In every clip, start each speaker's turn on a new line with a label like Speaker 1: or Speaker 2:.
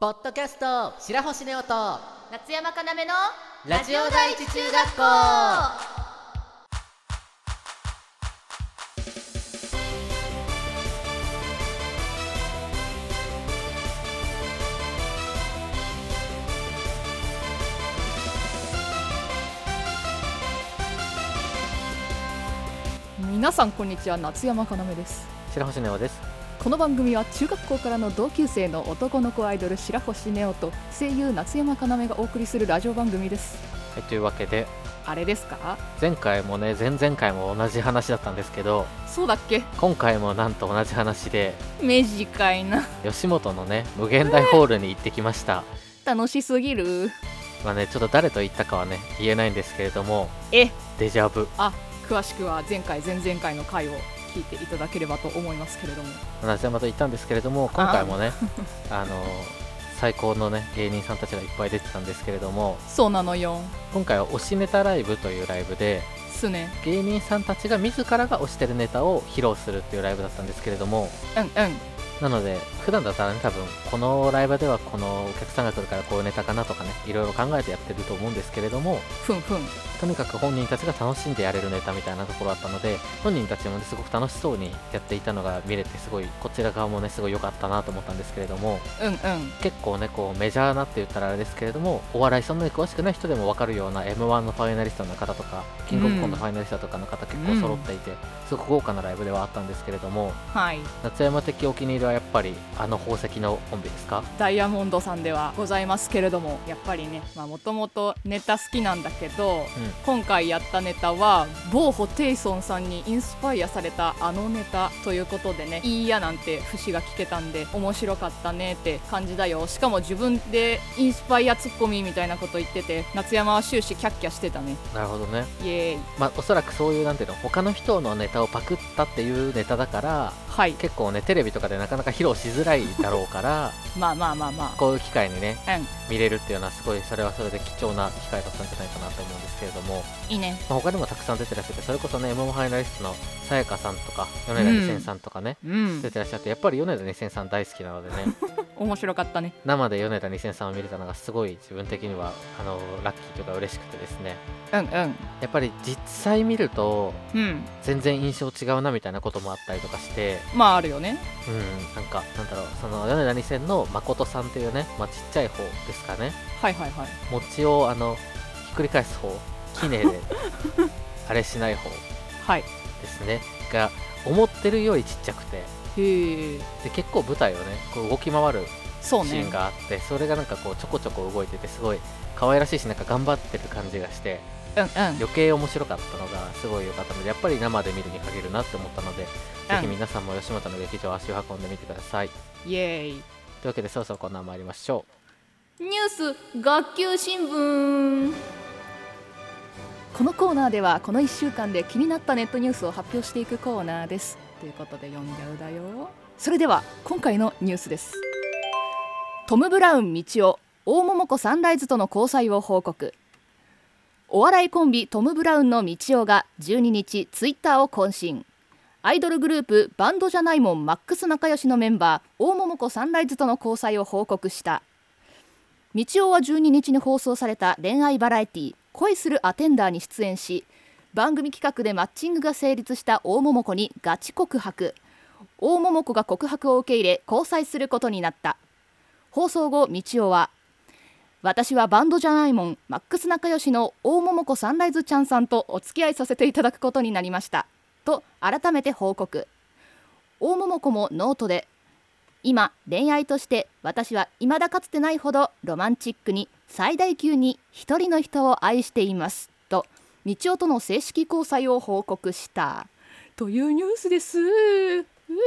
Speaker 1: ポッドキャスト白星ネオと
Speaker 2: 夏山かなめの
Speaker 1: ラジオ第一中学校
Speaker 3: 皆さんこんにちは夏山かなめです
Speaker 1: 白星ネオです
Speaker 3: この番組は中学校からの同級生の男の子アイドル白星ネオと声優夏山かなめがお送りするラジオ番組です
Speaker 1: はいというわけで
Speaker 3: あれですか
Speaker 1: 前回もね前々回も同じ話だったんですけど
Speaker 3: そうだっけ
Speaker 1: 今回もなんと同じ話で
Speaker 3: 短いな
Speaker 1: 吉本のね無限大ホールに行ってきました
Speaker 3: 楽しすぎる
Speaker 1: まあねちょっと誰と行ったかはね言えないんですけれども
Speaker 3: え
Speaker 1: デジャブ
Speaker 3: あ詳しくは前回前々回の回を聞いていただければと思いますけれども
Speaker 1: 夏山と行ったんですけれども今回もねあの最高のね芸人さんたちがいっぱい出てたんですけれども
Speaker 3: そうなのよ
Speaker 1: 今回は推しネタライブというライブです
Speaker 3: ね
Speaker 1: 芸人さんたちが自らが推してるネタを披露するっていうライブだったんですけれども
Speaker 3: うんうん
Speaker 1: なので普段だったらね多分このライブではこのお客さんが来るからこういうネタかなとかねいろいろ考えてやってると思うんですけれども
Speaker 3: ふんふん
Speaker 1: とにかく本人たちが楽しんでやれるネタみたいなところだったので本人たちもねすごく楽しそうにやっていたのが見れてすごいこちら側もねすごい良かったなと思ったんですけれども
Speaker 3: うんうん
Speaker 1: 結構ねこうメジャーなって言ったらあれですけれどもお笑いそんなに詳しくない人でも分かるような m 1のファイナリストの方とかキングオブコントファイナリストとかの方結構揃っていて、すごく豪華なライブではあったんですけれども
Speaker 3: はい
Speaker 1: 夏山的お気に入りはやっぱりあの宝石のコンビですか
Speaker 3: ダイヤモンドさんではございますけれどもやっぱりねもともとネタ好きなんだけど
Speaker 1: う
Speaker 3: 今回やったネタは某ホテイソンさんにインスパイアされたあのネタということでねいいやなんて節が聞けたんで面白かったねって感じだよしかも自分でインスパイアツッコミみたいなこと言ってて夏山は終始キャッキャしてたね
Speaker 1: んなるほどね
Speaker 3: イエーイ
Speaker 1: まあおそらくそういうなんていうの他の人のネタをパクったっていうネタだから
Speaker 3: はい
Speaker 1: 結構ねテレビとかでなかなか披露しづらいだろうから
Speaker 3: まあまあまあま
Speaker 1: こういう機会にね
Speaker 3: あうん
Speaker 1: 見れるっていうのはすごいそれはそれで貴重な機会だったんじゃないかなと思うんですけれども
Speaker 3: いいね
Speaker 1: まあ、他にもたくさん出てらっしゃってそれこそね m 1ファイナリストのさやかさんとか米田2000さんとかね、
Speaker 3: うん
Speaker 1: 出てらっしゃってやっぱり米田2000さん大好きなのでね
Speaker 3: 面白かったね
Speaker 1: 生で米田2000さんを見れたのがすごい自分的にはあのラッキーというか嬉しくてですね
Speaker 3: うんうん
Speaker 1: やっぱり実際見ると
Speaker 3: うん
Speaker 1: 全然印象違うなみたいなこともあったりとかして、
Speaker 3: まああるよね
Speaker 1: うん、なんかなんだろうその米田2000の誠さんというね、まあ、ちっちゃい方ですかね
Speaker 3: はいはいはい
Speaker 1: 餅をあのひっくり返す方きね であれしない方
Speaker 3: はい
Speaker 1: ですねが思ってるよりちっちゃくて
Speaker 3: へえ
Speaker 1: で結構舞台をねこう動き回る
Speaker 3: そう
Speaker 1: シ
Speaker 3: ね
Speaker 1: ーンがあってそ,、れがなんかこうちょこちょこ動いててすごい可愛らしいしなんか頑張ってる感じがして
Speaker 3: うんうん
Speaker 1: 余計面白かったのがすごい良かったのでやっぱり生で見るに限るなって思ったので、ぜひ皆さんも吉本の劇場足を運んでみてくださいと
Speaker 3: イエーイ
Speaker 1: いうわけでそろそろこんな参りましょ
Speaker 2: ニュース学級新聞
Speaker 3: このコーナーではこの1週間で気になったネットニュースを発表していくコーナーですということで読んじゃうだよそれでは今回のニュースですトム・ブラウン・道夫大桃子サンライズとの交際を報告お笑いコンビトム・ブラウンの道夫が12日ツイッターを渾身アイドルグループバンドじゃないもんマックス仲良しのメンバー大桃子サンライズとの交際を報告した道夫は12日に放送された恋愛バラエティ恋するアテンダーに出演し番組企画でマッチングが成立した大桃子にガチ告白大桃子が告白を受け入れ交際することになった放送後道夫は私はバンドじゃないもんマックス仲良しの大桃子サンライズちゃんさんとお付き合いさせていただくことになりましたと改めて報告大桃子もノートで今恋愛として私は未だかつてないほどロマンチックに最大級に一人の人を愛していますと道夫との正式交際を報告したというニュースです
Speaker 1: う。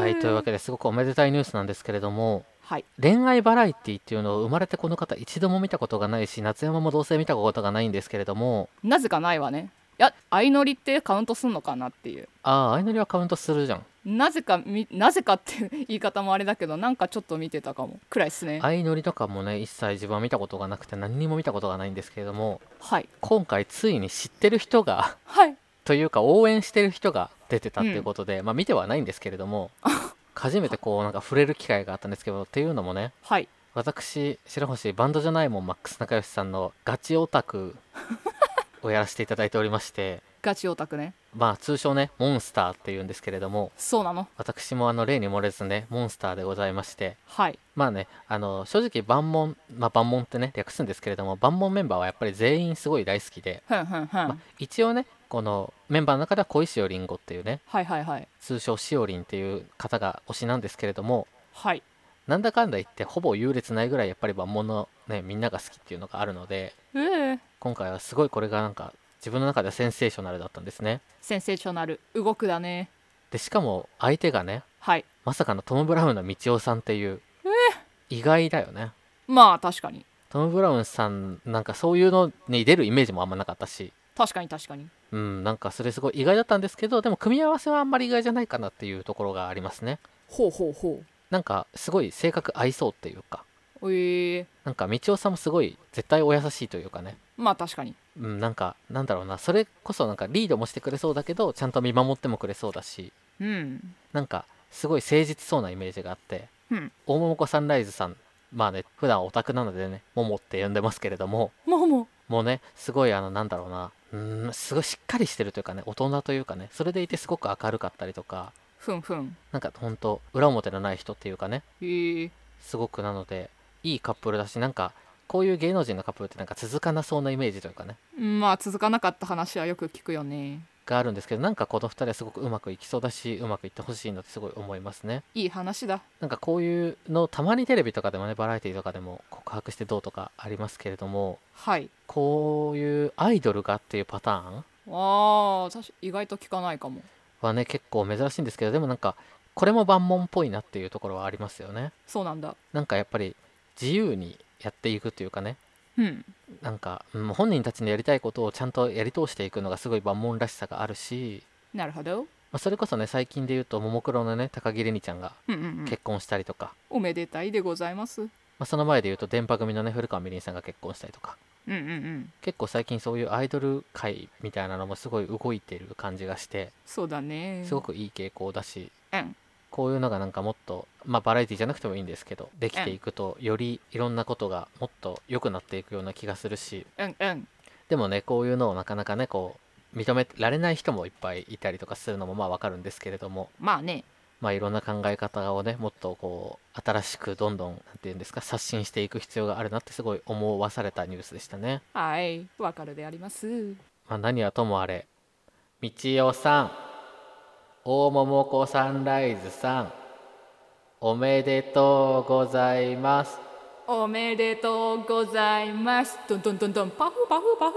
Speaker 1: はいというわ
Speaker 3: け
Speaker 1: けですごくおめでたいニュースなんですけれども
Speaker 3: はい
Speaker 1: 恋愛バラエティっていうのを生まれてこの方一度も見たことがないし夏山もどうせ見たことがないんですけれども
Speaker 3: なぜかないわねいや相乗りってカウントすんのかなっていう
Speaker 1: ああ相乗りはカウントするじゃん
Speaker 3: なぜかみなぜかっていう言い方もあれだけどなんかちょっと見てたかもくらいですね
Speaker 1: 相乗りとかもね一切自分は見たことがなくて何にも見たことがないんですけれども
Speaker 3: はい
Speaker 1: 今回ついに知ってる人が
Speaker 3: はい
Speaker 1: というか応援してる人が出てたっていうことで、まあ見てはないんですけれども初めてこうなんか触れる機会があったんですけどっていうのもね
Speaker 3: はい
Speaker 1: 私白星バンドじゃないもんマックス仲良しさんのガチオタクをやらせていただいておりまして
Speaker 3: ガチオタクね
Speaker 1: まあ通称ねモンスターっていうんですけれども
Speaker 3: そうなの
Speaker 1: 私もあの例に漏れずねモンスターでございまして
Speaker 3: はい
Speaker 1: まあねあの正直万門まあ万門ってね略すんですけれども万門メンバーはやっぱり全員すごい大好きで、
Speaker 3: ふんふんふん、
Speaker 1: まあ、一応ねこのメンバーの中では小石よりんごっていうね
Speaker 3: はいはいはい
Speaker 1: 通称しおりんっていう方が推しなんですけれども
Speaker 3: はい
Speaker 1: なんだかんだ言ってほぼ優劣ないぐらいやっぱり万物のねみんなが好きっていうのがあるので
Speaker 3: ええ
Speaker 1: 今回はすごいこれがなんか自分の中ではセンセーショナルだったんですね
Speaker 3: センセーショナル動くだね
Speaker 1: でしかも相手がね
Speaker 3: はい
Speaker 1: まさかのトム・ブラウンの道夫さんっていう意外だよね
Speaker 3: まあ確かに
Speaker 1: トム・ブラウンさんなんかそういうのに出るイメージもあんまなかったし
Speaker 3: 確かに確かに
Speaker 1: うんなんかそれすごい意外だったんですけどでも組み合わせはあんまり意外じゃないかなっていうところがありますね
Speaker 3: ほうほうほ
Speaker 1: なんかすごい性格合いそうっていうか
Speaker 3: うええ
Speaker 1: なんか道夫さんもすごい絶対お優しいというかね
Speaker 3: まあ確かに
Speaker 1: うん、なんかなんだろうなそれこそなんかリードもしてくれそうだけどちゃんと見守ってもくれそうだし
Speaker 3: うん
Speaker 1: なんかすごい誠実そうなイメージがあって、
Speaker 3: うん
Speaker 1: 大桃子サンライズさんまあね普段オタクなのでね「もも」って呼んでますけれども
Speaker 3: もも
Speaker 1: もうねすごいあのなんだろうなうーんすごいしっかりしてるというかね大人というかねそれでいてすごく明るかったりとか
Speaker 3: ふんふん
Speaker 1: なんかほんと裏表のない人っていうかね
Speaker 3: ええ
Speaker 1: すごくなのでいいカップルだしなんかこういう芸能人のカップルってなんか続かなそうなイメージというかね
Speaker 3: まあ続かなかった話はよく聞くよね
Speaker 1: があるんですけどなんかこの2人はすごくうまくいきそうだしうまくいってほしいなってすごい思いますね
Speaker 3: いい話だ
Speaker 1: なんかこういうのたまにテレビとかでもねバラエティとかでも告白してどうとかありますけれども
Speaker 3: はい
Speaker 1: こういうアイドルがっていうパターン
Speaker 3: ああ確か意外と聞かないかも
Speaker 1: はね結構珍しいんですけどでもなんかこれも万門っぽいなっていうところはありますよね
Speaker 3: そうなんだ
Speaker 1: なんかやっぱり自由にやっていくというかね
Speaker 3: うん
Speaker 1: なんか、うん、本人たちのやりたいことをちゃんとやり通していくのがすごい万門らしさがあるし、
Speaker 3: なるほど
Speaker 1: まあ、それこそね最近で言うとももクロのね高木れにちゃんが
Speaker 3: うんうん、うん
Speaker 1: 結、婚したりとか、
Speaker 3: おめでたいでございますうん
Speaker 1: まあ、その前で言うと電波組のね古川みりんさんが結婚したりとか
Speaker 3: うんうん
Speaker 1: 結構最近そういうアイドル界みたいなのもすごい動いてる感じがして
Speaker 3: そうだね
Speaker 1: すごくいい傾向だし
Speaker 3: うん
Speaker 1: こういうのがなんかもっとまあバラエティじゃなくてもいいんですけどできていくとよりいろんなことがもっと良くなっていくような気がするし
Speaker 3: うんうん
Speaker 1: でもねこういうのをなかなかねこう認められない人もいっぱいいたりとかするのもまあわかるんですけれども
Speaker 3: まあね
Speaker 1: まあいろんな考え方をねもっとこう新しくどんどんなんていうんですか刷新していく必要があるなってすごい思わされたニュースでしたね。
Speaker 3: はいわかるであります
Speaker 1: まあ、何はともあれ道夫さん大桃子サンライズさんおめでとうございます
Speaker 3: おめでとうございますどんどんどんどんパフパフパフう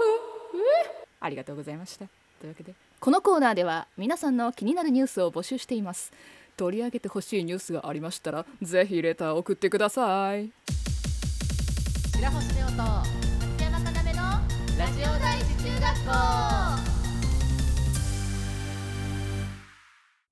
Speaker 3: えありがとうございましたというわけでこのコーナーでは皆さんの気になるニュースを募集しています取り上げてほしいニュースがありましたらぜひレターを送ってください
Speaker 2: 白星亮と松山かなめのラジオ第一中学校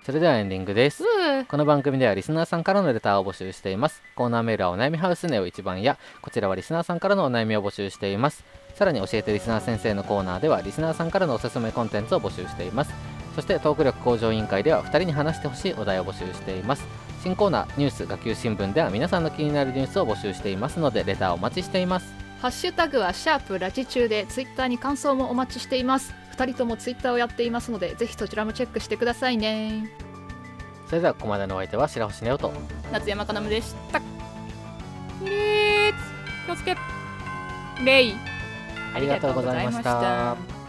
Speaker 1: それではエンディングですこの番組ではリスナーさんからのレターを募集していますコーナーメールはお悩みハウスネオ一番やこちらはリスナーさんからのお悩みを募集していますさらに教えてリスナー先生のコーナーではリスナーさんからのおすすめコンテンツを募集していますそしてトーク力向上委員会では2人に話してほしいお題を募集しています新コーナーニュース学級新聞では皆さんの気になるニュースを募集していますのでレターをお待ちしています
Speaker 3: ハッシュタグはシャープラジ中でツイッターに感想もお待ちしています二人ともツイッターをやっていますのでぜひそちらもチェックしてくださいね
Speaker 1: それではここまでのお相手は白星ネオと
Speaker 3: 夏山かなむでした起立気をつけレイ
Speaker 1: ありがとうございました
Speaker 3: た